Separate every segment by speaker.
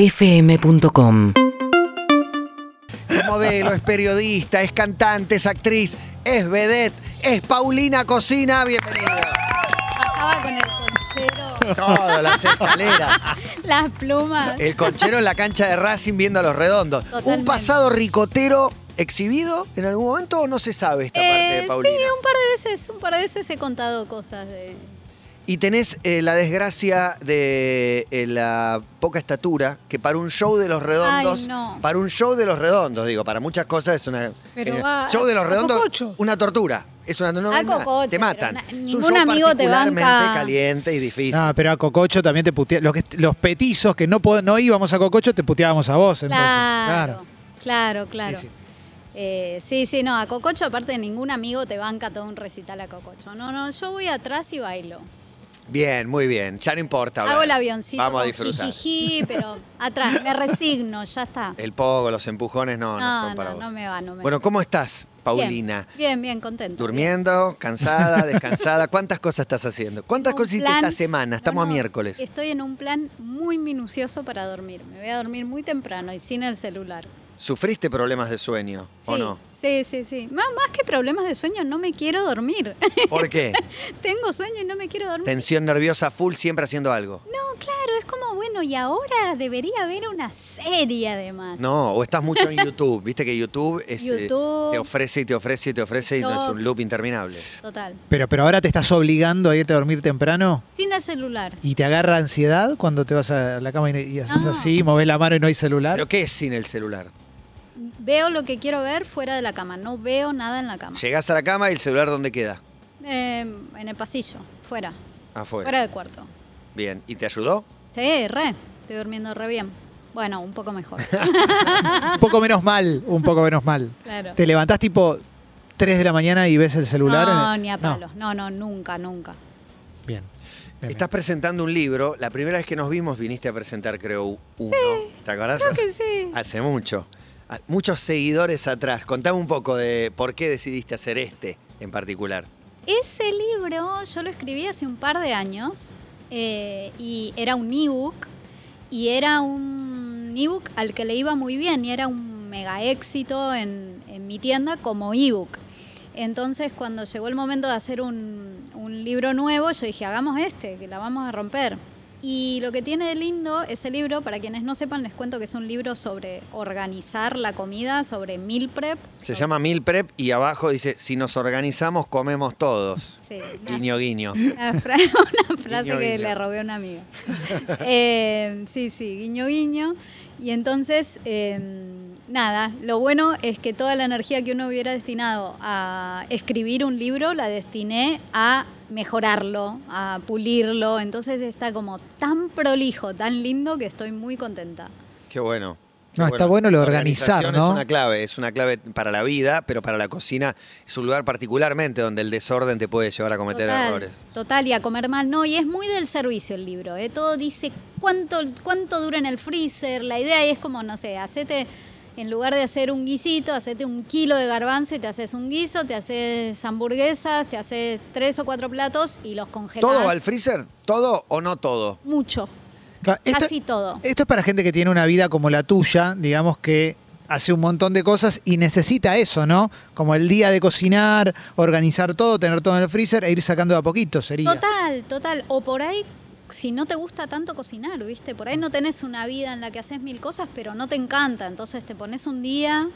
Speaker 1: urbanaplayfm.com
Speaker 2: Es modelo, es periodista, es cantante, es actriz, es vedette, es Paulina Cocina. Bienvenida.
Speaker 3: Bajaba con el conchero,
Speaker 2: Todo, las escaleras.
Speaker 3: las plumas.
Speaker 2: El conchero en la cancha de Racing viendo a los redondos. ¿Un
Speaker 3: Totalmente.
Speaker 2: pasado ricotero exhibido en algún momento o no se sabe esta parte
Speaker 3: Eh,
Speaker 2: de
Speaker 3: sí,
Speaker 2: Paulina?
Speaker 3: un par de veces, un par de veces he contado cosas de.
Speaker 2: Y tenés eh, la desgracia de eh, la poca estatura, que para un show de los redondos.
Speaker 3: Ay, no.
Speaker 2: Para un show de los redondos, digo, para muchas cosas es una.
Speaker 4: Pero
Speaker 2: eh,
Speaker 4: va-
Speaker 2: show de los
Speaker 4: a
Speaker 2: redondos,
Speaker 4: cococho.
Speaker 2: una tortura. Es una no,
Speaker 3: A
Speaker 2: es nada,
Speaker 3: cococho,
Speaker 2: Te
Speaker 3: pero
Speaker 2: matan.
Speaker 3: na-
Speaker 2: Es un
Speaker 3: ningún
Speaker 2: show
Speaker 3: amigo te
Speaker 2: particularmente
Speaker 3: banca.
Speaker 2: caliente y difícil.
Speaker 5: No, pero a Cococho también te puteaban. Los, que- los petizos que no, po- no íbamos a Cococho te puteábamos a vos, entonces.
Speaker 3: Claro, claro, claro.
Speaker 5: Sí, sí.
Speaker 3: Eh, sí, sí, no, a Cococho, aparte, ningún amigo te banca todo un recital a Cococho. No, no, yo voy atrás y bailo.
Speaker 2: Bien, muy bien. Ya no importa.
Speaker 3: Hago
Speaker 2: ahora.
Speaker 3: el avioncito
Speaker 2: Vamos a
Speaker 3: con
Speaker 2: disfrutar.
Speaker 3: jijiji, pero atrás, me resigno, ya está.
Speaker 2: El pogo, los empujones, no, no,
Speaker 3: No,
Speaker 2: son para
Speaker 3: no,
Speaker 2: vos.
Speaker 3: no me va, no me
Speaker 2: Bueno,
Speaker 3: va.
Speaker 2: ¿cómo estás,
Speaker 3: Bien,
Speaker 2: Paulina?
Speaker 3: Bien, bien, contento.
Speaker 2: Durmiendo, cansada, descansada. ¿Cuántas cosas estás haciendo? ¿Cuántas
Speaker 3: Un
Speaker 2: cosas hiciste
Speaker 3: plan-
Speaker 2: esta semana?
Speaker 3: No,
Speaker 2: Estamos
Speaker 3: no,
Speaker 2: a miércoles.
Speaker 3: Estoy en un plan muy minucioso para dormir. Me voy a dormir muy temprano y sin el celular.
Speaker 2: ¿Sufriste problemas de sueño o
Speaker 3: Sí,
Speaker 2: no?
Speaker 3: Sí, sí, sí. Má- Más, que problemas de sueño, no me quiero dormir.
Speaker 2: ¿Por qué?
Speaker 3: Tengo sueño y no me quiero dormir.
Speaker 2: Tensión nerviosa full, siempre haciendo algo.
Speaker 3: No, claro, es como, bueno, y ahora debería haber una serie además.
Speaker 2: No, o estás mucho en YouTube. Viste que YouTube, es, eh,
Speaker 3: YouTube.
Speaker 2: te ofrece y te ofrece y te ofrece y no es un
Speaker 3: TikTok.
Speaker 2: loop interminable.
Speaker 3: Total.
Speaker 5: Pero, pero ahora te estás obligando a irte a dormir temprano
Speaker 3: Sin el celular.
Speaker 5: y te agarra ansiedad cuando te vas a la cama y, y haces
Speaker 3: No.
Speaker 5: así, moves la mano y no hay celular.
Speaker 2: ¿Pero qué es sin el celular?
Speaker 3: Veo lo que quiero ver fuera de la cama. No veo nada en la cama.
Speaker 2: Llegás a la cama y el celular ¿dónde queda?
Speaker 3: Eh, en el pasillo, fuera.
Speaker 2: Afuera.
Speaker 3: Fuera del cuarto.
Speaker 2: Bien. ¿Y te ayudó?
Speaker 3: Sí, re. Estoy durmiendo re bien. Bueno, un poco mejor.
Speaker 5: Un poco menos mal, un poco menos mal.
Speaker 3: Ah. Claro.
Speaker 5: Te levantás tipo 3 de la mañana y ves el celular.
Speaker 3: No,
Speaker 5: en el-
Speaker 3: ni a
Speaker 5: No.
Speaker 3: palos. No. no, nunca, nunca.
Speaker 5: Bien. Bien,
Speaker 2: Estás presentando un libro. La primera vez que nos vimos viniste a presentar, creo, uno. ¿Te acordás?
Speaker 3: Creo que sí.
Speaker 2: Hace mucho. Ah, Muchos seguidores atrás. Contame un poco de por qué decidiste hacer este en particular.
Speaker 3: Ese libro yo lo escribí hace un par de años eh, y era un ebook y era un ebook al que le iba muy bien y era un mega éxito en, en mi tienda como ebook. Entonces cuando llegó el momento de hacer un, un libro nuevo, yo dije, hagamos este, que la vamos a romper. Y lo que tiene de lindo ese libro, para quienes no sepan, les cuento que es un libro sobre organizar la comida, sobre meal prep.
Speaker 2: Se
Speaker 3: sobre-
Speaker 2: llama Mil Prep y abajo dice, si nos organizamos, comemos todos.
Speaker 3: Sí, una
Speaker 2: Guiño, guiño.
Speaker 3: Una, fra- una frase
Speaker 2: Guiño,
Speaker 3: que
Speaker 2: guiño.
Speaker 3: le robé a una amiga. Eh, sí, sí, guiño, guiño. Y entonces, eh, nada, lo bueno es que toda la energía que uno hubiera destinado a escribir un libro la destiné a mejorarlo, a pulirlo. Entonces está como tan prolijo, tan lindo que estoy muy contenta.
Speaker 2: Qué bueno.
Speaker 5: No, está bueno lo de
Speaker 2: La organización
Speaker 5: organizar, ¿no?
Speaker 2: Es una clave, es una clave para la vida, pero para la cocina es un lugar particularmente donde el desorden te puede llevar a cometer errores.
Speaker 3: Total, y a comer mal no, y es muy del servicio el libro, ¿eh? todo dice cuánto, cuánto dura en el freezer, la idea es como, no sé, hacete, en lugar de hacer un guisito, hacete un kilo de garbanzo y te haces un guiso, te haces hamburguesas, te haces tres o cuatro platos y los congelás.
Speaker 2: ¿Todo al freezer? ¿Todo o no todo?
Speaker 3: Mucho,
Speaker 5: Claro, esto-
Speaker 3: casi todo.
Speaker 5: Esto es para gente que tiene una vida como la tuya, digamos que hace un montón de cosas y necesita eso, ¿no? Como el día de cocinar, organizar todo, tener todo en el freezer e ir sacando de a poquito, sería.
Speaker 3: Total, total. O por ahí, si no te gusta tanto cocinar, ¿viste? Por ahí no tenés una vida en la que haces mil cosas, pero no te encanta. Entonces te pones un día,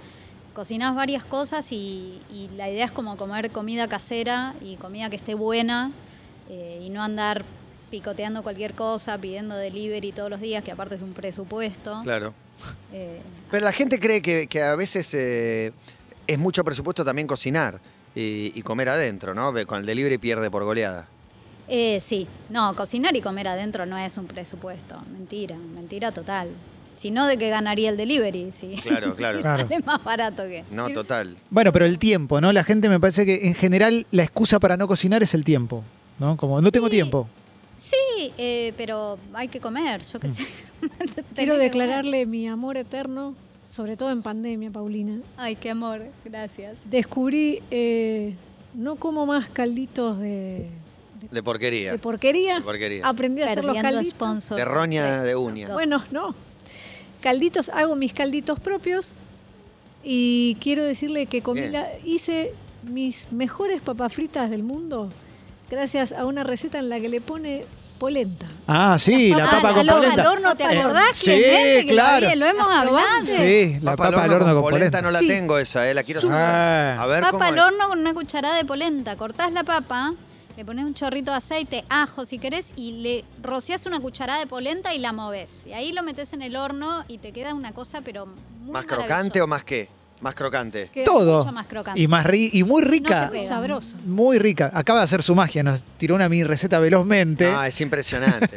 Speaker 3: cocinas varias cosas y, y la idea es como comer comida casera y comida que esté buena eh, y no andar picoteando cualquier cosa, pidiendo delivery todos los días, que aparte es un presupuesto.
Speaker 2: Claro.
Speaker 3: Eh,
Speaker 2: Pero la gente cree que, que a veces eh, es mucho presupuesto también cocinar y, y comer adentro, ¿no? Ve- Con el delivery pierde por goleada.
Speaker 3: Eh, sí, no, cocinar y comer adentro no es un presupuesto, mentira, mentira total. Si no, de que ganaría el delivery, sí.
Speaker 2: Claro,
Speaker 3: Sí,
Speaker 2: claro.
Speaker 5: Claro.
Speaker 3: sale más barato que.
Speaker 2: No, total.
Speaker 5: Bueno, pero el tiempo, ¿no? La gente me parece que en general la excusa para no cocinar es el tiempo, ¿no? Como no tengo tiempo.
Speaker 3: Sí, eh, pero hay que comer, yo qué sé. Tenés que
Speaker 4: Quiero
Speaker 3: comer.
Speaker 4: declararle mi amor eterno, sobre todo en pandemia, Paulina.
Speaker 3: Ay, qué amor, gracias.
Speaker 4: Descubrí, eh, no como más calditos de,
Speaker 2: De porquería.
Speaker 4: de porquería.
Speaker 2: De porquería.
Speaker 4: Aprendí a hacer los
Speaker 3: Perdiendo
Speaker 4: calditos.
Speaker 3: sponsors.
Speaker 2: De roña de uña.
Speaker 3: Dos.
Speaker 4: Bueno, no. Calditos, hago mis calditos propios. Y quiero decirle que comí
Speaker 2: Bien.
Speaker 4: la- hice mis mejores papas fritas del mundo gracias a una receta en la que le pone polenta.
Speaker 5: Ah, sí, la
Speaker 3: Ah,
Speaker 5: papa
Speaker 3: al-
Speaker 5: con
Speaker 3: al, horno,
Speaker 5: polenta.
Speaker 3: al horno, ¿te
Speaker 5: Eh,
Speaker 3: acordás?
Speaker 5: Sí,
Speaker 3: Clemente, que lo
Speaker 5: claro.
Speaker 3: había- Lo, hemos
Speaker 4: ¿Las
Speaker 3: hablado.
Speaker 4: probaste?
Speaker 5: Sí, la papa, al horno con polenta. Ah.
Speaker 2: no la
Speaker 4: Sí.
Speaker 2: tengo esa, eh, la quiero
Speaker 5: Sí.
Speaker 2: sacar. A ver cómo
Speaker 3: Papa al
Speaker 2: es.
Speaker 3: horno con una cucharada de polenta. Cortás la papa, le pones un chorrito de aceite, ajo si querés, y le rociás una cucharada de polenta y la movés. Y ahí lo metes en el horno y te queda una cosa, pero muy
Speaker 2: ¿Más crocante
Speaker 3: maravillosa.
Speaker 2: o más qué? Más crocante.
Speaker 4: Que-
Speaker 5: Todo.
Speaker 3: mucho más crocante.
Speaker 5: y más ri- y muy rica.
Speaker 3: No se pega.
Speaker 4: Sabroso.
Speaker 5: muy rica. Acaba de hacer su magia. Nos tiró una mini receta velozmente.
Speaker 2: Ah, es impresionante.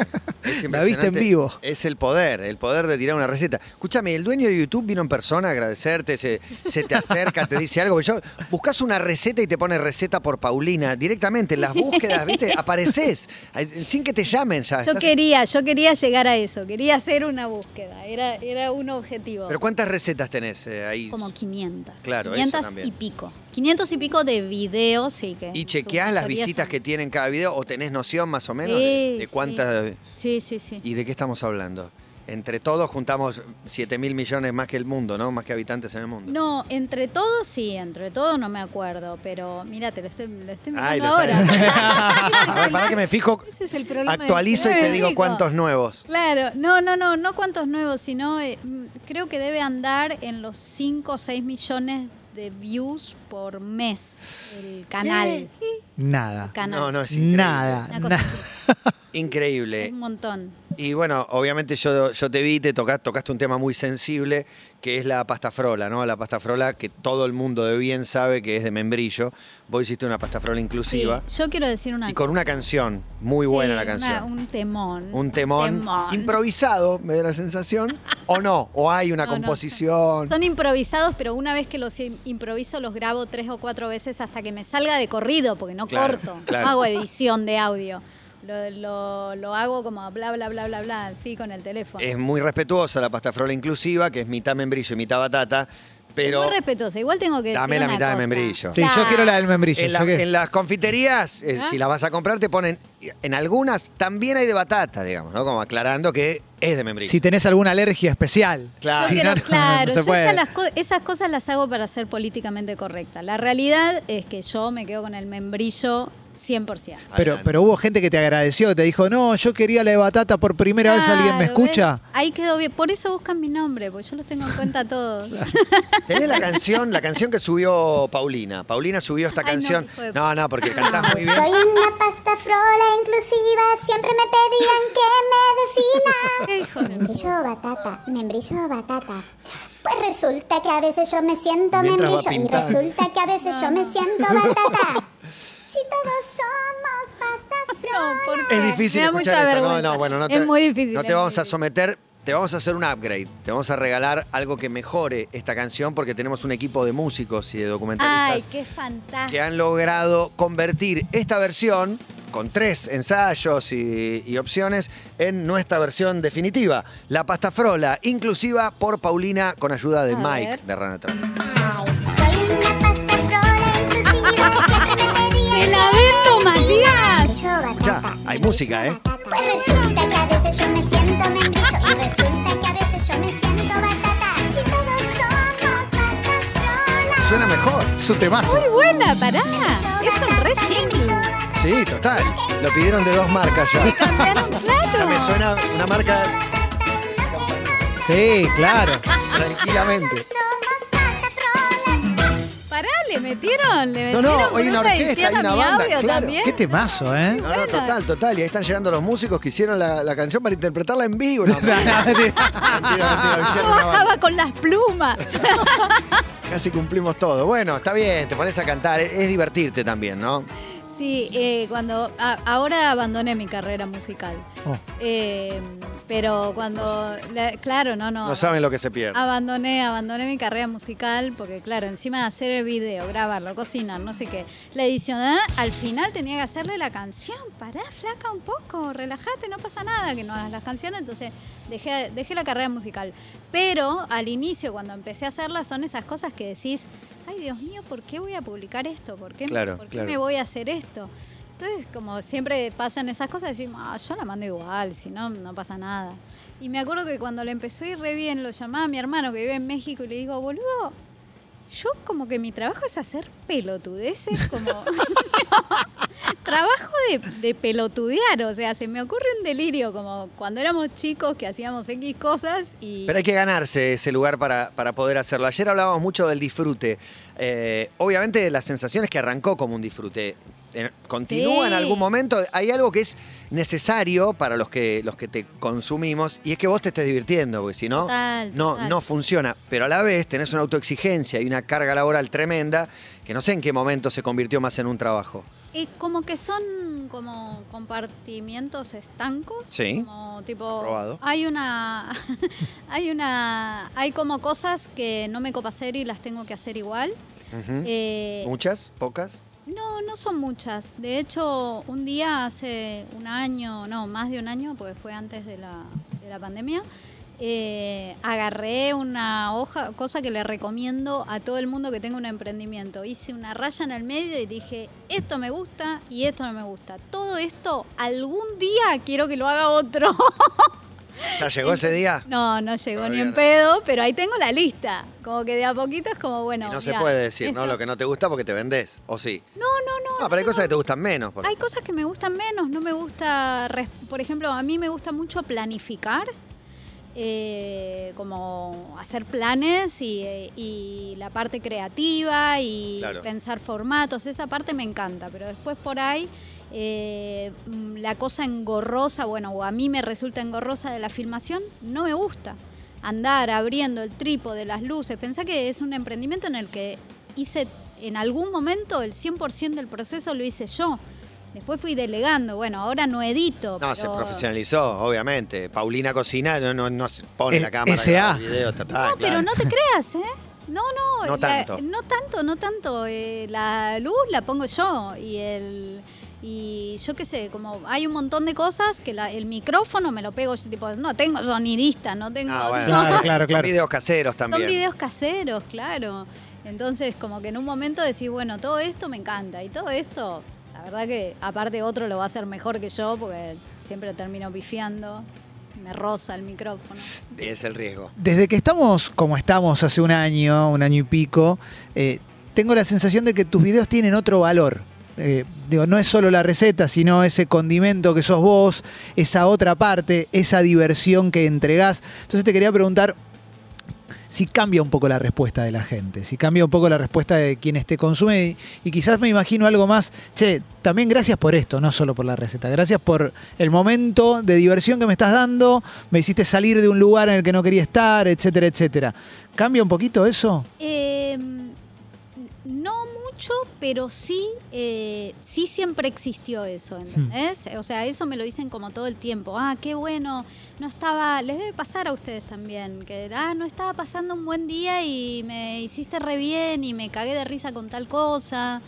Speaker 2: Es
Speaker 5: La viste en
Speaker 2: impresionante.
Speaker 5: vivo.
Speaker 2: Es el poder, el poder de tirar una receta. Escúchame, el dueño de YouTube vino en persona a agradecerte, se, se te acerca, te dice algo. Yo, buscas una receta y te pone receta por Paulina directamente. En las búsquedas, ¿viste? Apareces. ay, Sin que te llamen ya.
Speaker 3: Yo
Speaker 2: Estás-
Speaker 3: quería, yo quería llegar a eso, quería hacer una búsqueda, era, era un objetivo.
Speaker 2: Pero ¿cuántas recetas tenés eh, ahí?
Speaker 3: Como 500.
Speaker 2: Claro, eso
Speaker 3: 500
Speaker 2: también.
Speaker 3: y pico. 500 y pico de videos, sí que.
Speaker 2: ¿Y
Speaker 3: en su
Speaker 2: chequeás las
Speaker 3: mayoría
Speaker 2: visitas
Speaker 3: son-
Speaker 2: que tienen cada video o tenés noción más o menos de-
Speaker 3: Sí,
Speaker 2: de, cuántas...
Speaker 3: Sí, sí, sí.
Speaker 2: ¿Y de qué estamos hablando? Entre todos juntamos 7 mil millones más que el mundo, ¿no? Más que habitantes en el mundo.
Speaker 3: No, entre todos sí, entre todos no me acuerdo, pero mira, te lo estoy, lo estoy mirando
Speaker 2: Ay, lo está-
Speaker 3: ahora.
Speaker 2: A ver, para que me fijo,
Speaker 4: Ese es el problema. de-
Speaker 2: actualizo y te digo
Speaker 3: Rico.
Speaker 2: cuántos nuevos.
Speaker 3: claro, no, no, no, no cuántos nuevos, sino eh, mm, creo que debe andar en los 5 o 6 millones de views por mes el canal.
Speaker 5: Nada.
Speaker 3: canal.
Speaker 2: No, no, es increíble.
Speaker 5: Nada.
Speaker 3: Una cosa
Speaker 2: Ah,
Speaker 5: na-
Speaker 3: así, es
Speaker 2: Increíble.
Speaker 3: un montón.
Speaker 2: Y bueno, obviamente yo, yo te vi, te toca- tocaste un tema muy sensible, que es la pastafrola, ¿no? La pastafrola que todo el mundo de bien sabe que es de membrillo. Vos hiciste una pastafrola
Speaker 3: Sí,
Speaker 2: inclusiva.
Speaker 3: yo quiero decir una
Speaker 2: Y con una canción, muy buena la
Speaker 3: Sí, una-
Speaker 2: canción.
Speaker 3: un temón.
Speaker 2: un temón, improvisado, me da la sensación. O no, o hay una
Speaker 3: No, no,
Speaker 2: composición.
Speaker 3: Son improvisados, pero una vez que los im- improviso los grabo tres o cuatro veces hasta que me salga de corrido, porque no
Speaker 2: Claro,
Speaker 3: corto,
Speaker 2: claro.
Speaker 3: no hago edición de audio. Lo, lo- lo hago como bla, bla, bla, bla, bla, así con el teléfono.
Speaker 2: Es muy respetuosa la pastafrola inclusiva, que es mitad membrillo y mitad batata, pero
Speaker 3: Muy respetuosa, igual tengo que
Speaker 2: Dame
Speaker 3: decir
Speaker 2: la
Speaker 3: una
Speaker 2: mitad de
Speaker 3: cosa.
Speaker 2: membrillo.
Speaker 5: Sí, yo
Speaker 3: Claro.
Speaker 5: quiero la del membrillo.
Speaker 2: en, la-
Speaker 5: yo que-
Speaker 2: en las confiterías, eh,
Speaker 4: ¿Ah?
Speaker 2: si las vas a comprar, te ponen, en algunas también hay de batata, digamos, ¿no? Como aclarando que es de membrillo.
Speaker 5: si tenés alguna alergia especial.
Speaker 2: Claro.
Speaker 5: Si
Speaker 3: Yo
Speaker 5: no,
Speaker 3: creo-
Speaker 5: no- no
Speaker 3: claro,
Speaker 5: se
Speaker 3: yo
Speaker 5: puede.
Speaker 3: esas, las co- esas cosas las hago para ser políticamente correcta. La realidad es que yo me quedo con el membrillo 100%.
Speaker 5: Pero, pero hubo gente que te agradeció, te dijo, no, yo quería la de batata por primera vez, alguien me
Speaker 3: Claro, ¿ves?
Speaker 5: escucha.
Speaker 3: Ahí quedó bien. Por eso buscan mi nombre, porque yo los tengo en cuenta todos.
Speaker 2: Tenés la canción, la canción que subió Paulina. Paulina subió esta
Speaker 3: Ay, no,
Speaker 2: canción.
Speaker 3: hijo de-
Speaker 2: No, no, porque cantás muy bien.
Speaker 1: Soy una pasta frola inclusiva, siempre me pedían que me
Speaker 3: Qué
Speaker 1: defina.
Speaker 3: hijo de
Speaker 1: Membrillo o batata, membrillo o batata. Pues resulta que a veces yo me
Speaker 2: Mientras va
Speaker 1: siento membrillo y
Speaker 2: pintando.
Speaker 1: resulta que a veces yo me siento batata. Si todos somos pasta frola.
Speaker 3: No, ¿por qué?
Speaker 2: Es difícil
Speaker 3: Me da
Speaker 2: escuchar
Speaker 3: mucha
Speaker 2: esto. No,
Speaker 3: vergüenza.
Speaker 2: no, bueno, no te,
Speaker 3: es muy difícil. eh.
Speaker 2: no te
Speaker 3: es
Speaker 2: vamos
Speaker 3: muy
Speaker 2: a someter, te vamos a hacer un upgrade. Te vamos a regalar algo que mejore esta canción porque tenemos un equipo de músicos y de
Speaker 3: difícil. Ay,
Speaker 2: documentalistas
Speaker 3: qué
Speaker 2: que
Speaker 3: fantástico.
Speaker 2: han logrado convertir esta versión con tres ensayos y, y opciones en nuestra versión definitiva, la pastafrola, inclusiva por Paulina con ayuda de
Speaker 3: A
Speaker 2: Mike
Speaker 3: ver.
Speaker 2: de Rana Tronic.
Speaker 1: Soy una pasta frola inclusiva, siempre me pedían
Speaker 3: ¡Te la vendo, Matías!
Speaker 1: Yo, batata.
Speaker 2: Ya, hay música, ¿eh?
Speaker 1: Pues resulta que a veces yo me siento membrillo y resulta que a veces yo me siento batata. Si todos somos batatonas.
Speaker 2: Suena mejor.
Speaker 5: Es un temazo.
Speaker 3: Muy buena, pará. Es un re
Speaker 1: Yo,
Speaker 3: jingle.
Speaker 1: batata,
Speaker 2: Sí, total. Lo pidieron de dos marcas ya.
Speaker 3: Cambiaron,
Speaker 2: Ya Me
Speaker 3: claro.
Speaker 2: suena una marca
Speaker 5: Sí, claro.
Speaker 2: tranquilamente.
Speaker 1: somos batafrolas.
Speaker 3: Pará, le metieron, le
Speaker 2: No,
Speaker 3: metieron
Speaker 2: no,
Speaker 3: bruta
Speaker 2: hay una orquesta,
Speaker 3: edición
Speaker 2: hay una
Speaker 3: a mi
Speaker 2: banda,
Speaker 3: audio
Speaker 2: claro.
Speaker 3: también.
Speaker 5: Qué temazo, ¿eh?
Speaker 2: No, no, total, total. Y ahí están llegando los músicos que hicieron la, la canción para interpretarla en vivo. No, mentira, mentira,
Speaker 3: Yo
Speaker 2: hicieron una banda.
Speaker 3: bajaba con las plumas.
Speaker 2: Casi cumplimos todo. Bueno, está bien, te pones a cantar. Es, es divertirte también, ¿no?
Speaker 3: Sí, eh, cuando a- ahora abandoné mi carrera musical.
Speaker 5: Oh.
Speaker 3: Eh, pero cuando, la- claro, no, no.
Speaker 2: No saben lo que se pierde.
Speaker 3: Abandoné, abandoné mi carrera musical porque, claro, encima de hacer el video, grabarlo, cocinar, no sé qué, la edición, ah, al final tenía que hacerle la canción. Pará, flaca un poco, relájate, no pasa nada que no hagas las canciones. Entonces dejé, dejé la carrera musical. Pero al inicio, cuando empecé a hacerlas, son esas cosas que decís, ay Dios mío, ¿por qué voy a publicar esto? ¿Por qué, me-
Speaker 2: Claro,
Speaker 3: por qué
Speaker 2: claro.
Speaker 3: me voy a hacer esto? Entonces, como siempre pasan esas cosas, decimos, ah, yo la mando igual, si no, no pasa nada. Y me acuerdo que cuando le empezó a ir re bien, lo llamaba a mi hermano que vive en México y le digo, boludo, yo como que mi trabajo es hacer pelotudeces, como... Trabajo de, de pelotudear, o sea, se me ocurre un delirio, como cuando éramos chicos que hacíamos X cosas y...
Speaker 2: Pero hay que ganarse ese lugar para, para poder hacerlo. Ayer hablábamos mucho del disfrute. Eh, obviamente la sensación es que arrancó como un disfrute. Eh, Continúa
Speaker 3: Sí.
Speaker 2: en algún momento. Hay algo que es necesario para los que, los que te consumimos y es que vos te estés divirtiendo, porque si no,
Speaker 3: Total,
Speaker 2: no,
Speaker 3: total.
Speaker 2: no funciona. Pero a la vez tenés una autoexigencia y una carga laboral tremenda que no sé en qué momento se convirtió más en un trabajo.
Speaker 3: Y como que son como compartimientos estancos.
Speaker 2: Sí.
Speaker 3: Como tipo.
Speaker 2: Aprobado.
Speaker 3: Hay una. hay una. Hay como cosas que no me copa hacer y las tengo que hacer igual.
Speaker 2: Ujú.
Speaker 3: Eh,
Speaker 2: ¿Muchas? ¿Pocas?
Speaker 3: no, no son muchas. De hecho, un día hace un año, no, más de un año, porque fue antes de la, de la pandemia, eh, agarré una hoja, cosa que le recomiendo a todo el mundo que tenga un emprendimiento. Hice una raya en el medio y dije, esto me gusta y esto no me gusta. Todo esto algún día quiero que lo haga otro.
Speaker 2: ¿Ya llegó ese día?
Speaker 3: No, no llegó
Speaker 2: Todavía
Speaker 3: ni en
Speaker 2: no.
Speaker 3: pedo, pero ahí tengo la lista. Como que de a poquito es como, bueno.
Speaker 2: y no se
Speaker 3: mirá,
Speaker 2: puede decir, ¿no?
Speaker 3: esto-
Speaker 2: Lo que no te gusta porque te vendés, ¿o sí?
Speaker 3: No, no, no.
Speaker 2: No, pero hay cosas que te gustan menos. por
Speaker 3: Hay cosas que me gustan menos, no me gusta, res- por ejemplo, a mí me gusta mucho planificar, eh, como hacer planes y, eh, y la parte creativa y
Speaker 2: Claro.
Speaker 3: pensar formatos, esa parte me encanta, pero después por ahí eh, mm, la cosa engorrosa, bueno, o a mí me resulta engorrosa de la filmación, no me gusta. Andar abriendo el trípode, las luces, pensá que es un emprendimiento en el que hice en algún momento el 100% del proceso lo hice yo. Después fui delegando, bueno, ahora no edito.
Speaker 2: No, se
Speaker 3: pero-
Speaker 2: profesionalizó, obviamente. Paulina Cocina no, no, no se pone
Speaker 5: El
Speaker 2: la cámara.
Speaker 5: SA.
Speaker 2: graba el video, ta, ta,
Speaker 3: No, pero
Speaker 2: claro.
Speaker 3: no te creas, ¿eh? No, no.
Speaker 2: No
Speaker 3: la-
Speaker 2: tanto.
Speaker 3: No tanto, no tanto. Eh, la luz la pongo yo y el... Y yo qué sé, como hay un montón de cosas que la- el micrófono me lo pego yo, tipo, no tengo sonidista, no tengo...
Speaker 2: Ah, bueno.
Speaker 5: Claro, claro,
Speaker 2: Son
Speaker 5: claro.
Speaker 2: videos caseros
Speaker 3: Son
Speaker 2: también.
Speaker 3: videos caseros, claro. Entonces, como que en un momento decís, bueno, todo esto me encanta y todo esto, la verdad que aparte otro lo va a hacer mejor que yo porque siempre termino pifiando, me roza el micrófono.
Speaker 2: Es el riesgo.
Speaker 5: Desde que estamos como estamos hace un año, un año y pico, eh, tengo la sensación de que tus videos tienen otro valor. Eh, digo, no es solo la receta, sino ese condimento que sos vos, esa otra parte, esa diversión que entregás. Entonces te quería preguntar si cambia un poco la respuesta de la gente, si cambia un poco la respuesta de quienes te consume y, y quizás me imagino algo más, che, también gracias por esto, no solo por la receta, gracias por el momento de diversión que me estás dando, me hiciste salir de un lugar en el que no quería estar, etcétera, etcétera. ¿Cambia un poquito eso?
Speaker 3: Eh, no mucho, pero sí, eh, sí siempre existió eso, ¿entendés? O sea, eso me lo dicen como todo el tiempo. Ah, qué bueno, no estaba, les debe pasar a ustedes también, que, ah, no estaba pasando un buen día y me hiciste re bien y me cagué de risa con tal cosa.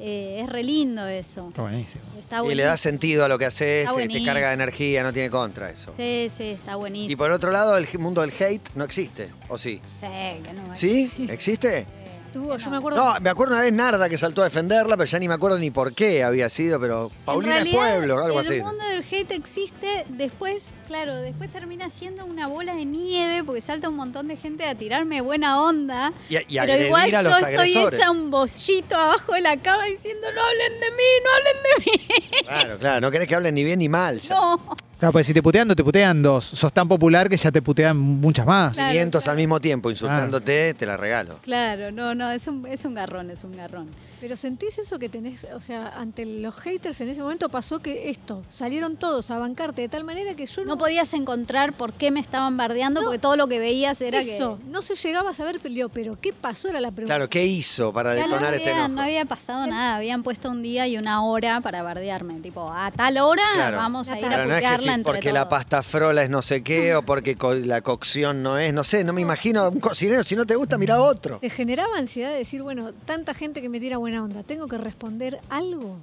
Speaker 3: Eh, es re lindo eso.
Speaker 5: Está buenísimo.
Speaker 3: Está
Speaker 2: y le da
Speaker 3: Ah, buenísimo.
Speaker 2: sentido a lo que haces,
Speaker 3: Está
Speaker 2: eh, te
Speaker 3: buenísimo.
Speaker 2: carga de energía, no tiene contra eso.
Speaker 3: Sí, sí, está buenísimo.
Speaker 2: Y por otro lado, el mundo del hate no existe, ¿o sí?
Speaker 3: Sí, que no.
Speaker 2: ¿Sí? ¿Existe?
Speaker 4: Tuvo, yo me acuerdo.
Speaker 2: No, me acuerdo una vez Narda que saltó a defenderla, pero ya ni me acuerdo ni por qué había sido, pero Paulina
Speaker 3: En
Speaker 2: es
Speaker 3: realidad,
Speaker 2: pueblo, algo así.
Speaker 3: El mundo del hate existe, después, claro, después termina siendo una bola de nieve porque salta un montón de gente a tirarme buena onda.
Speaker 2: Y, y
Speaker 3: pero
Speaker 2: agredir
Speaker 3: igual
Speaker 2: a los
Speaker 3: yo estoy
Speaker 2: agresores.
Speaker 3: hecha un bollito abajo de la cama diciendo no hablen de mí, no hablen de mí.
Speaker 2: Claro, claro, no querés que hablen ni bien ni mal. ya.
Speaker 3: No.
Speaker 5: Claro, pues si te putean, no te putean dos. Sos tan popular que ya te putean muchas más.
Speaker 3: Claro,
Speaker 2: 500
Speaker 3: claro. Ah.
Speaker 2: al mismo tiempo insultándote, te la regalo.
Speaker 3: Claro, no, no, es un, es un garrón, es un garrón.
Speaker 4: Pero sentís eso que tenés, o sea, ante los haters en ese momento pasó que esto, salieron todos a bancarte de tal manera que yo no,
Speaker 3: No podías encontrar por qué me estaban bardeando
Speaker 4: No.
Speaker 3: porque todo lo que veías era
Speaker 4: eso, no se llegaba a saber peleó, pero ¿qué pasó era la pregunta?
Speaker 2: Claro, ¿qué hizo para
Speaker 3: Ya no,
Speaker 2: detonar este
Speaker 3: había,
Speaker 2: enojo?
Speaker 3: no había pasado nada, habían puesto un día y una hora para bardearme, tipo, a tal hora
Speaker 2: Claro.
Speaker 3: vamos a ir a
Speaker 2: Claro, no es que
Speaker 3: putearla
Speaker 2: sí,
Speaker 3: entre
Speaker 2: porque la
Speaker 3: todos.
Speaker 2: pasta frola es no sé qué o porque co- la cocción no es, no sé, no me imagino a un cocinero, si no te gusta, mira otro.
Speaker 4: ¿Te generaba ansiedad de decir, bueno, tanta gente que me tira buena onda, tengo que responder algo?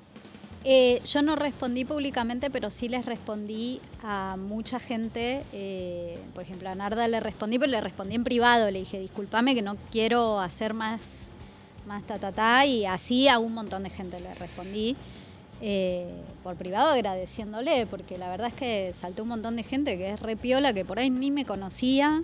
Speaker 3: Eh, yo no respondí públicamente, pero sí les respondí a mucha gente. eh, por ejemplo, a Narda le respondí, pero le respondí en privado. Le dije, discúlpame que no quiero hacer más, más ta, ta, ta. Y así a un montón de gente le respondí. eh, por privado agradeciéndole, porque la verdad es que saltó un montón de gente que es repiola, que por ahí ni me conocía,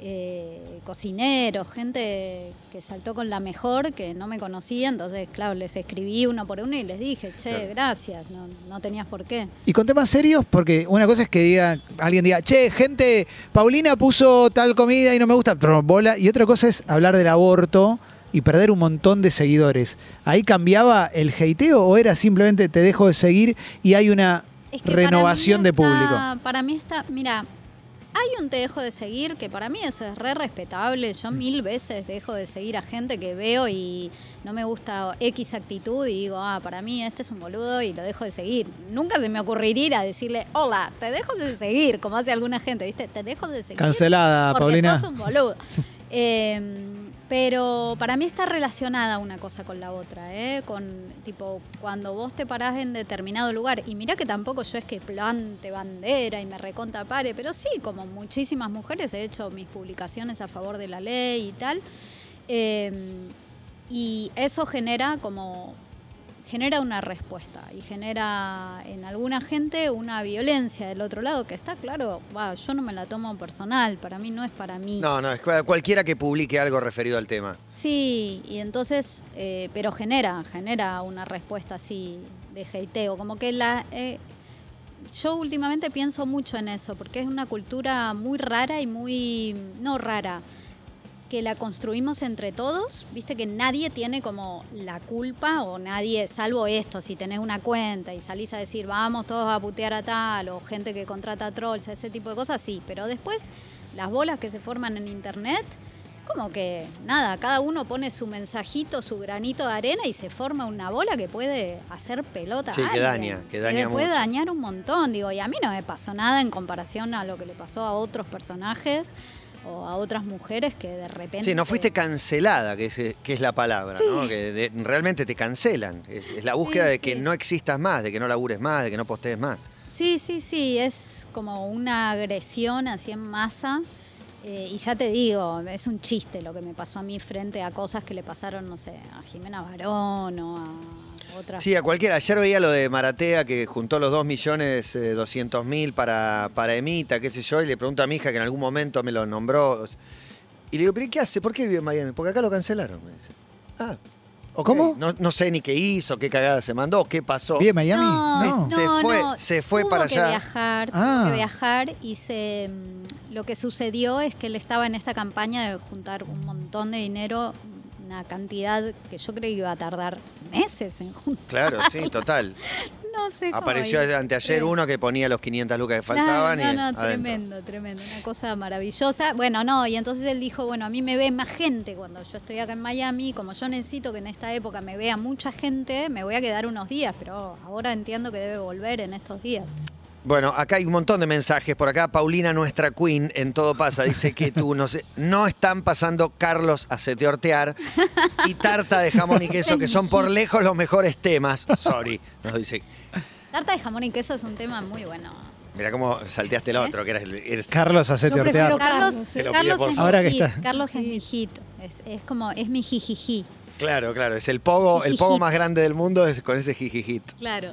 Speaker 3: eh, cocineros, gente que saltó con la mejor, que no me conocía, entonces, claro, les escribí uno por uno y les dije, che,
Speaker 2: Claro.
Speaker 3: gracias, no, no tenías por qué.
Speaker 5: Y con temas serios, porque una cosa es que diga, alguien diga, che, gente, Paulina puso tal comida y no me gusta, trombola. Y otra cosa es hablar del aborto y perder un montón de seguidores. ¿Ahí cambiaba el hateo o era simplemente te dejo de seguir y hay una
Speaker 3: Es que para
Speaker 5: renovación
Speaker 3: mí
Speaker 5: de público?
Speaker 3: está- Para mí está, mira, hay un te dejo de seguir que para mí eso es re respetable. Yo
Speaker 5: Mm.
Speaker 3: mil veces dejo de seguir a gente que veo y no me gusta X actitud y digo, ah, para mí este es un boludo y lo dejo de seguir. Nunca se me ocurriría ir a decirle, hola, te dejo de seguir, como hace alguna gente, ¿viste? Te dejo de seguir.
Speaker 5: Cancelada,
Speaker 3: porque
Speaker 5: Paulina.
Speaker 3: sos un boludo. Eh, pero para mí está relacionada una cosa con la otra, ¿eh? Con, tipo, cuando vos te parás en determinado lugar, y mirá que tampoco yo es que plante bandera y me reconta pare, pero sí, como muchísimas mujeres he hecho mis publicaciones a favor de la ley y tal. Eh, y eso genera como genera una respuesta y genera en alguna gente una violencia del otro lado que está claro, va, yo no me la tomo personal, para mí no es para mí.
Speaker 2: No, no, es cual- cualquiera que publique algo referido al tema.
Speaker 3: Sí, y entonces, eh, pero genera, genera una respuesta así de hateo, como que la... eh, yo últimamente pienso mucho en eso, porque es una cultura muy rara y muy... no rara, que la construimos entre todos, viste que nadie tiene como la culpa o nadie, salvo esto, si tenés una cuenta y salís a decir vamos todos a putear a tal o gente que contrata trolls, ese tipo de cosas, sí, pero después las bolas que se forman en internet, como que nada, cada uno pone su mensajito, su granito de arena y se forma una bola que puede hacer pelota.
Speaker 2: Sí,
Speaker 3: a
Speaker 2: que
Speaker 3: alguien,
Speaker 2: daña, que daña
Speaker 3: puede
Speaker 2: mucho.
Speaker 3: dañar un montón, digo, y a mí no me pasó nada en comparación a lo que le pasó a otros personajes o a otras mujeres que de repente...
Speaker 2: Sí, no fuiste cancelada, que es, que es la palabra, ¿no? Que de- realmente te cancelan. Es, es la búsqueda
Speaker 3: Sí,
Speaker 2: de que
Speaker 3: sí.
Speaker 2: no existas más, de que no labures más, de que no postees más.
Speaker 3: Sí, sí, sí, es como una agresión así en masa. Eh, y ya te digo, es un chiste lo que me pasó a mí frente a cosas que le pasaron, no sé, a Jimena Barón o a otras.
Speaker 2: Sí, a cualquiera. Ayer veía lo de Maratea que juntó los 2 millones eh, 200 mil para, para Emita, qué sé yo, y le pregunto a mi hija que en algún momento me lo nombró. Y le digo, ¿pero y qué hace? ¿Por qué vive en Miami? Porque acá lo cancelaron, me dice. Ah, ok.
Speaker 5: ¿Cómo?
Speaker 2: No, no sé ni qué hizo, qué cagada se mandó, qué pasó.
Speaker 5: ¿Bien, Miami?
Speaker 3: No,
Speaker 5: No.
Speaker 3: no,
Speaker 2: Se fue-
Speaker 3: no,
Speaker 2: se fue
Speaker 3: tuvo
Speaker 2: para
Speaker 3: que
Speaker 2: allá.
Speaker 3: Viajar,
Speaker 5: Ah.
Speaker 3: Tuvo que viajar y se, mm, lo que sucedió es que él estaba en esta campaña de juntar un montón de dinero, una cantidad que yo creí que iba a tardar meses en juntar.
Speaker 2: Claro, sí, total.
Speaker 3: No sé cómo
Speaker 2: Apareció
Speaker 3: hizo.
Speaker 2: anteayer
Speaker 3: Tremendo.
Speaker 2: uno que ponía los 500 lucas que
Speaker 3: Claro,
Speaker 2: faltaban
Speaker 3: no,
Speaker 2: y
Speaker 3: no,
Speaker 2: adentro.
Speaker 3: tremendo, tremendo, una cosa maravillosa. Bueno, no, y entonces él dijo, bueno, a mí me ve más gente cuando yo estoy acá en Miami, como yo necesito que en esta época me vea mucha gente, me voy a quedar unos días, pero ahora entiendo que debe volver en estos días.
Speaker 2: Bueno, acá hay un montón de mensajes. Por acá, Paulina, nuestra queen, en todo pasa, dice que tú no, sé- no están pasando Carlos a seteortear y tarta de jamón y queso, que son por lejos los mejores temas. Sorry, nos dice.
Speaker 3: Tarta de jamón y queso es un tema muy bueno.
Speaker 2: Mira cómo salteaste el otro, que eras el- eres-
Speaker 5: Carlos, hacete
Speaker 4: Yo prefiero
Speaker 5: ortear.
Speaker 4: Carlos,
Speaker 3: Carlos,
Speaker 4: se
Speaker 2: lo pide,
Speaker 3: Carlos
Speaker 2: por
Speaker 3: es,
Speaker 5: favor. Ahora que
Speaker 3: mi hit,
Speaker 5: está.
Speaker 3: Carlos es mi hit, es, es como, es mi jijiji,
Speaker 2: Claro, claro, es el pogo, el pogo más grande del mundo es con ese jijijit.
Speaker 3: claro.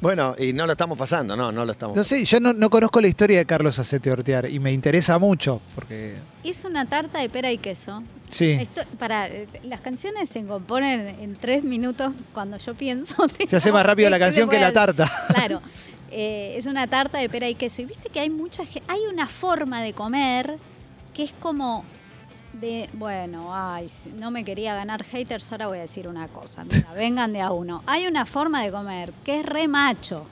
Speaker 2: Bueno, y no lo estamos pasando, no, no lo estamos.
Speaker 5: No sé, yo no, no conozco la historia de Carlos Acete Ortear y me interesa mucho porque.
Speaker 3: Es una tarta de pera y queso,
Speaker 5: Sí.
Speaker 3: Esto- para, eh, las canciones se componen en tres minutos cuando yo pienso.
Speaker 5: Se hace más rápido la
Speaker 3: Estoy
Speaker 5: canción que
Speaker 3: real.
Speaker 5: la tarta.
Speaker 3: Claro. Eh, es una tarta de pera y queso. Y viste que hay mucha ge- hay una forma de comer que es como de, bueno, ay, si no me quería ganar haters, ahora voy a decir una cosa. Mira, vengan de a uno. Hay una forma de comer que es re macho.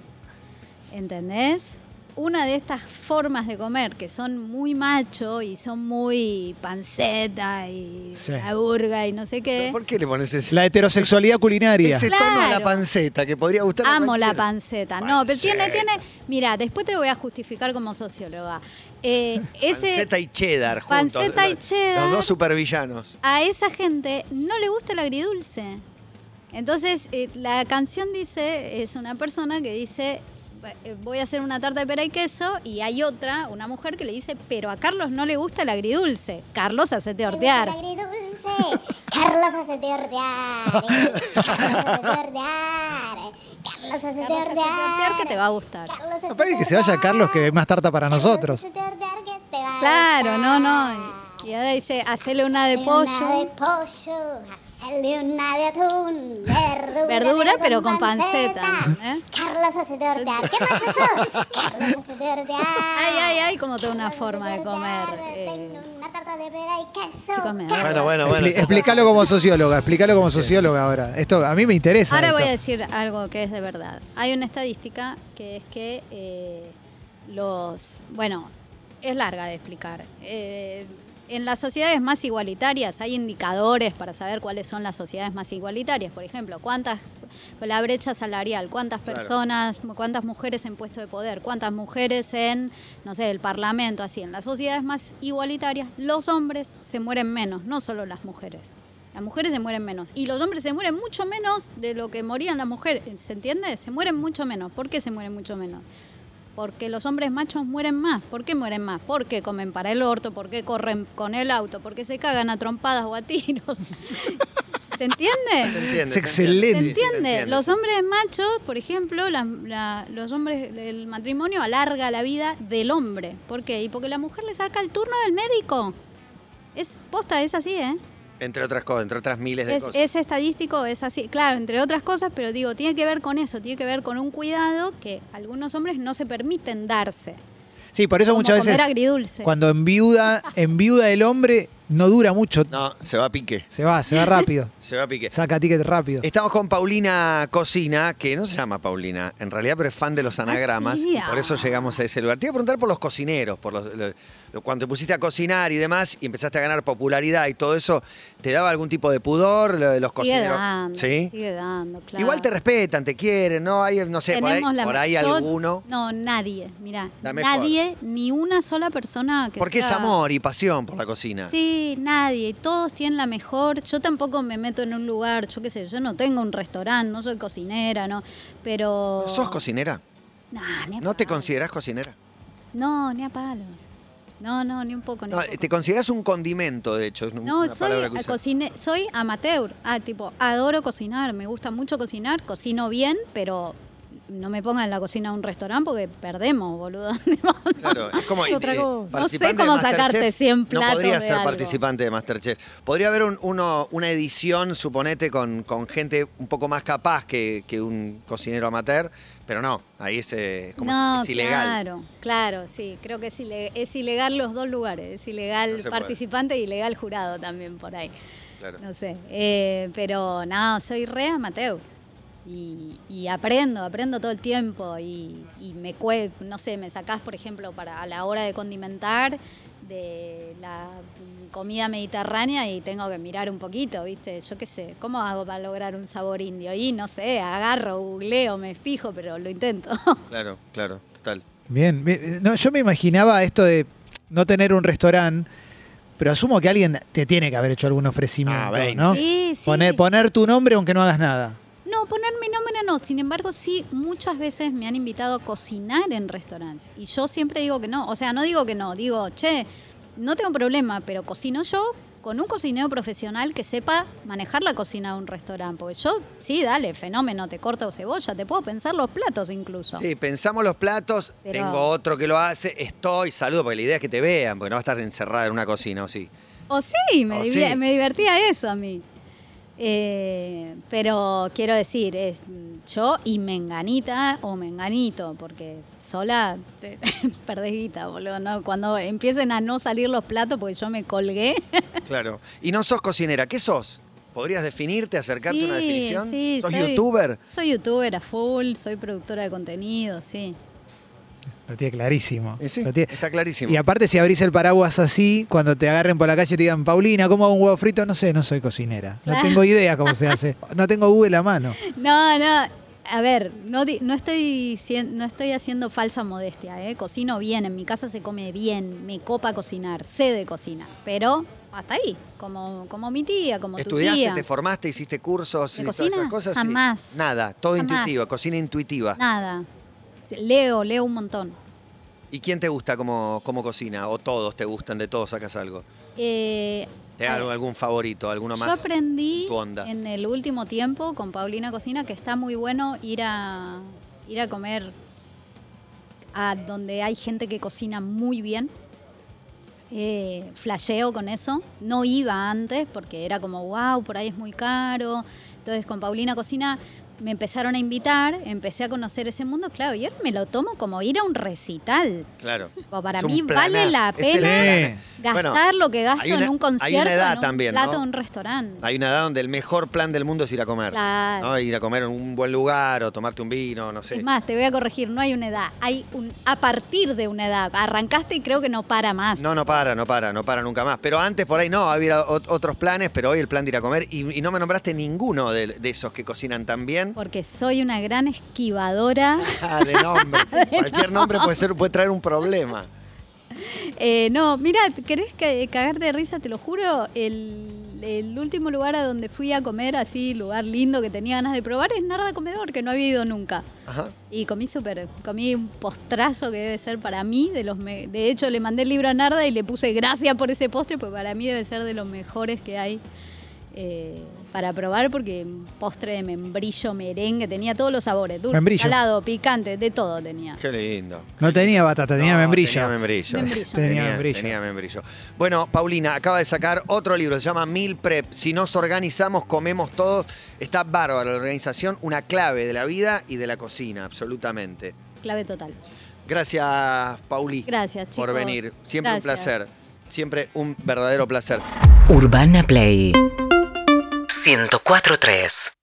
Speaker 3: ¿Entendés? Una de estas formas de comer que son muy macho y son muy panceta y
Speaker 5: Sí.
Speaker 3: la burga y no sé qué.
Speaker 2: ¿Pero ¿Por qué le pones ese,
Speaker 5: La heterosexualidad culinaria.
Speaker 2: ese tono a la
Speaker 3: Claro.
Speaker 2: panceta que podría gustar a
Speaker 3: Amo la
Speaker 2: cualquiera?
Speaker 3: panceta. No, pero tiene,
Speaker 2: Panceta.
Speaker 3: tiene. Mira, después te lo voy a justificar como socióloga. Eh, ese,
Speaker 2: Panceta y cheddar juntos.
Speaker 3: Panceta y
Speaker 2: los-
Speaker 3: cheddar.
Speaker 2: Los dos supervillanos.
Speaker 3: a esa gente no le gusta el agridulce. Entonces, eh, la canción dice, es una persona que dice, "Va- eh, voy a hacer una tarta de pera y queso, y hay otra, una mujer que le dice, pero a Carlos no le gusta el agridulce. Carlos, hacete
Speaker 1: El
Speaker 3: hortear.
Speaker 1: ¿eh? agridulce. Carlos hace de ordear. Carlos hace de ordear. Carlos
Speaker 3: Carlos
Speaker 1: hace
Speaker 3: hace tartear que te va a gustar.
Speaker 1: Carlos hace
Speaker 5: Aparte que se vaya
Speaker 1: tartear.
Speaker 5: Carlos, que es más tarta para
Speaker 1: Carlos
Speaker 5: nosotros.
Speaker 1: hace tartear que te va a
Speaker 3: Claro, no,
Speaker 1: gustar.
Speaker 3: no. Y ahora dice, hacele una de
Speaker 1: Una de
Speaker 3: pollo.
Speaker 1: pollo, hacerle una de atún, verdura.
Speaker 3: Verdura, pero con panceta, ¿eh?
Speaker 1: Carlos hace tortear. ¿Qué pasó? Carlos hace tortear.
Speaker 3: Ay, ay, ay, como tengo una forma de comer. eh.
Speaker 1: Tengo una tarta de pera y queso.
Speaker 3: Chicos, me da-
Speaker 2: Bueno,
Speaker 1: Carlos
Speaker 2: bueno, bueno.
Speaker 5: Expli- explícalo como socióloga, explícalo como socióloga ahora. Esto a mí me interesa.
Speaker 3: Ahora voy a
Speaker 5: esto.
Speaker 3: decir algo que es de verdad. Hay una estadística que es que eh, los... Bueno, es larga de explicar. Eh, en las sociedades más igualitarias hay indicadores para saber cuáles son las sociedades más igualitarias. Por ejemplo, cuántas... La brecha salarial, cuántas
Speaker 2: Claro.
Speaker 3: personas, cuántas mujeres en puesto de poder, cuántas mujeres en, no sé, el parlamento, así. En las sociedades más igualitarias, los hombres se mueren menos, no solo las mujeres. Las mujeres se mueren menos. Y los hombres se mueren mucho menos de lo que morían las mujeres. ¿Se entiende? Se mueren mucho menos. ¿Por qué se mueren mucho menos? Porque los hombres machos mueren más. ¿Por qué mueren más? Porque comen para el orto, porque corren con el auto, porque se cagan a trompadas o a tiros. ¿Se entiende?
Speaker 2: Se entiende,
Speaker 5: Es
Speaker 2: se entiende.
Speaker 5: excelente.
Speaker 3: ¿Se
Speaker 5: Sí,
Speaker 3: entiende? Los hombres machos, por ejemplo, la- la- los hombres, el matrimonio alarga la vida del hombre. ¿Por qué? Y porque la mujer le saca el turno del médico. Es posta, es así, ¿eh?
Speaker 2: Entre otras cosas, entre otras miles de
Speaker 3: Es,
Speaker 2: cosas.
Speaker 3: es estadístico, es así. Claro, entre otras cosas, pero digo, tiene que ver con eso, tiene que ver con un cuidado que algunos hombres no se permiten darse.
Speaker 5: Sí, por eso
Speaker 3: Como
Speaker 5: muchas
Speaker 3: comer
Speaker 5: veces
Speaker 3: agridulce.
Speaker 5: cuando enviuda, enviuda el hombre no dura mucho.
Speaker 2: No, se va a pique.
Speaker 5: Se va, se va rápido.
Speaker 2: Se va a pique.
Speaker 5: Saca ticket rápido.
Speaker 2: Estamos con Paulina Cocina, que no se llama Paulina, en realidad, pero es fan de los
Speaker 3: Ah,
Speaker 2: anagramas. y
Speaker 3: tía.
Speaker 2: por eso llegamos a ese lugar. Te iba a preguntar por los cocineros, por los, lo- lo- cuando te pusiste a cocinar y demás, y empezaste a ganar popularidad y todo eso, ¿te daba algún tipo de pudor lo de los
Speaker 3: sigue
Speaker 2: cocineros?
Speaker 3: dando,
Speaker 2: sí.
Speaker 3: sigue dando, claro.
Speaker 2: Igual te respetan, te quieren, ¿no? Hay, no sé, por ahí,
Speaker 3: Tenemos la
Speaker 2: por
Speaker 3: me-
Speaker 2: ahí
Speaker 3: yo-
Speaker 2: alguno.
Speaker 3: No, nadie, mirá.
Speaker 2: La mejor.
Speaker 3: Nadie, ni una sola persona que
Speaker 2: Porque es
Speaker 3: sea-
Speaker 2: amor y pasión por la cocina.
Speaker 3: Sí, nadie. Todos tienen la mejor. Yo tampoco me meto en un lugar, yo qué sé, yo no tengo un restaurante, no soy cocinera, no. Pero.
Speaker 2: ¿No ¿Sos cocinera?
Speaker 3: Nah, ni a
Speaker 2: ¿No te
Speaker 3: palo.
Speaker 2: considerás cocinera?
Speaker 3: No, ni a palo. No, no, ni un poco. Ni
Speaker 2: No,
Speaker 3: un poco.
Speaker 2: te considerás un condimento, de hecho. es un-
Speaker 3: No,
Speaker 2: una
Speaker 3: soy,
Speaker 2: palabra que
Speaker 3: a-
Speaker 2: usás.
Speaker 3: cocine- soy amateur. Ah, tipo, adoro cocinar, me gusta mucho cocinar, cocino bien, pero no me pongan en la cocina de un restaurante porque perdemos, boludo.
Speaker 2: Claro, es como eh,
Speaker 4: Es otra cosa.
Speaker 3: No sé
Speaker 2: participante de
Speaker 3: cómo sacarte
Speaker 2: Masterchef,
Speaker 3: 100
Speaker 2: No
Speaker 3: platos
Speaker 2: podría
Speaker 3: de
Speaker 2: ser
Speaker 3: algo.
Speaker 2: participante de Masterchef. Podría haber un- uno- una edición, suponete, con, con gente un poco más capaz que, que un cocinero amateur, pero no, ahí es, eh, como
Speaker 3: no,
Speaker 2: es- es ilegal.
Speaker 3: claro, claro, sí. Creo que es, ile- es ilegal los dos lugares. Es
Speaker 2: No
Speaker 3: ilegal
Speaker 2: se puede.
Speaker 3: participante y ilegal jurado también por ahí.
Speaker 2: Claro.
Speaker 3: No sé. eh, pero no, soy re amateur. Y, y aprendo, aprendo todo el tiempo. Y, y me cue- no sé, me sacás, por ejemplo, para a la hora de condimentar de la comida mediterránea y tengo que mirar un poquito, ¿viste? Yo qué sé, ¿cómo hago para lograr un sabor indio? Y no sé, agarro, googleo, me fijo, pero lo intento.
Speaker 2: Claro, claro, total.
Speaker 5: Bien, bien. No, yo me imaginaba esto de no tener un restaurante, pero asumo que alguien te tiene que haber hecho algún ofrecimiento,
Speaker 2: Ah, veinte.
Speaker 5: ¿no?
Speaker 3: Sí, sí.
Speaker 5: Poner, poner tu nombre aunque no hagas nada.
Speaker 3: No, poner mi nombre no. Sin embargo, sí, muchas veces me han invitado a cocinar en restaurantes. Y yo siempre digo que no. O sea, no digo que no. Digo, che, no tengo problema, pero cocino yo con un cocinero profesional que sepa manejar la cocina de un restaurante. Porque yo, sí, dale, fenómeno, te corto cebolla, te puedo pensar los platos incluso.
Speaker 2: Sí, pensamos los platos,
Speaker 3: Pero-
Speaker 2: tengo otro que lo hace, estoy, saludo, porque la idea es que te vean, porque no vas a estar encerrada en una cocina, ¿o sí?
Speaker 3: O sí, me,
Speaker 2: O
Speaker 3: divi-
Speaker 2: sí.
Speaker 3: me divertía eso a mí. Eh, pero quiero decir, es mm, yo y menganita o menganito, porque sola te- perdés guita, boludo. ¿no? Cuando empiecen a no salir los platos, porque yo me colgué.
Speaker 2: Claro. Y no sos cocinera, ¿qué sos? ¿Podrías definirte, acercarte a una
Speaker 3: Sí,
Speaker 2: definición?
Speaker 3: sí,
Speaker 2: ¿Sos
Speaker 3: soy-
Speaker 2: youtuber?
Speaker 3: Soy youtuber a full, soy productora de contenido, sí.
Speaker 5: Lo tiene clarísimo.
Speaker 2: Eh, sí,
Speaker 5: Lo tiene-
Speaker 2: está clarísimo.
Speaker 5: Y aparte, si abrís el paraguas así, cuando te agarren por la calle y te digan, Paulina, ¿cómo hago un huevo frito? No sé, no soy cocinera. No
Speaker 3: Claro.
Speaker 5: tengo idea cómo se hace. No tengo Google a mano.
Speaker 3: No, no. A ver, no, di- no, estoy, dicien- no estoy haciendo falsa modestia, ¿eh? Cocino bien, en mi casa se come bien, me copa cocinar, sé de cocina, pero hasta ahí, como, como mi tía, como tu
Speaker 2: ¿Estudiaste,
Speaker 3: tía.
Speaker 2: te formaste, hiciste cursos
Speaker 3: ¿De
Speaker 2: y todas esas
Speaker 3: cocina?
Speaker 2: cosas? Sí.
Speaker 3: Jamás.
Speaker 2: Nada, todo
Speaker 3: Jamás.
Speaker 2: intuitivo, cocina intuitiva.
Speaker 3: Nada. Sí, Leo, leo un montón.
Speaker 2: ¿Y quién te gusta como, como cocina? ¿O todos te gustan, de todos sacas algo?
Speaker 3: Eh,
Speaker 2: ¿Te hago algún favorito, alguno más?
Speaker 3: Yo aprendí
Speaker 2: tu onda.
Speaker 3: en el último tiempo con Paulina Cocina que está muy bueno ir a ir a comer a donde hay gente que cocina muy bien. Eh, flasheo con eso. No iba antes porque era como, wow, por ahí es muy caro. Entonces con Paulina Cocina me empezaron a invitar, empecé a conocer ese mundo, claro, y ahora me lo tomo como ir a un recital.
Speaker 2: Claro.
Speaker 3: Tipo, para
Speaker 2: Es un
Speaker 3: mí vale la
Speaker 2: planazo, es el
Speaker 3: pena
Speaker 2: planazo.
Speaker 3: gastar
Speaker 2: Bueno,
Speaker 3: lo que gasto
Speaker 2: hay una-
Speaker 3: en un concierto,
Speaker 2: Hay una edad
Speaker 3: en un
Speaker 2: también,
Speaker 3: plato,
Speaker 2: ¿no?
Speaker 3: en un restaurante.
Speaker 2: Hay una edad donde el mejor plan del mundo es ir a comer.
Speaker 3: Claro.
Speaker 2: ¿no? Ir a comer en un buen lugar o tomarte un vino, no sé.
Speaker 3: Es más, te voy a corregir, no hay una edad, hay un a partir de una edad. Arrancaste y creo que no para más.
Speaker 2: No, no para, no para, no para nunca más. Pero antes por ahí no, había ot- otros planes, pero hoy el plan de ir a comer. Y, y no me nombraste ninguno de, de esos que cocinan tan bien.
Speaker 3: Porque soy una gran esquivadora.
Speaker 2: Ah, de nombre. Cualquier nombre puede, ser, puede traer un problema.
Speaker 3: Eh, no, mira, ¿querés ca- cagarte de risa? Te lo juro, el, el último lugar a donde fui a comer, así, lugar lindo que tenía ganas de probar, es Narda Comedor, que no había ido nunca.
Speaker 2: Ajá.
Speaker 3: Y comí súper, comí un postrazo que debe ser para mí, de los me- de hecho le mandé el libro a Narda y le puse gracias por ese postre, pues para mí debe ser de los mejores que hay eh, para probar, porque un postre de membrillo, merengue, tenía todos los sabores, dulce,
Speaker 5: Membrillo.
Speaker 3: salado, picante, de todo tenía.
Speaker 2: Qué lindo.
Speaker 5: No tenía batata, tenía
Speaker 2: No,
Speaker 5: membrillo.
Speaker 2: Tenía membrillo.
Speaker 3: Membrillo.
Speaker 5: Tenía
Speaker 2: Tenía-
Speaker 5: membrillo.
Speaker 2: tenía membrillo. Bueno, Paulina acaba de sacar otro libro, se llama Mil Prep. Si nos organizamos, comemos todos. Está bárbaro la organización, una clave de la vida y de la cocina, absolutamente.
Speaker 3: Clave total.
Speaker 2: Gracias, Pauli.
Speaker 3: Gracias,
Speaker 2: Por
Speaker 3: chicos.
Speaker 2: venir. Siempre un
Speaker 3: Gracias.
Speaker 2: placer. Siempre un verdadero placer.
Speaker 6: Urbana Play 1043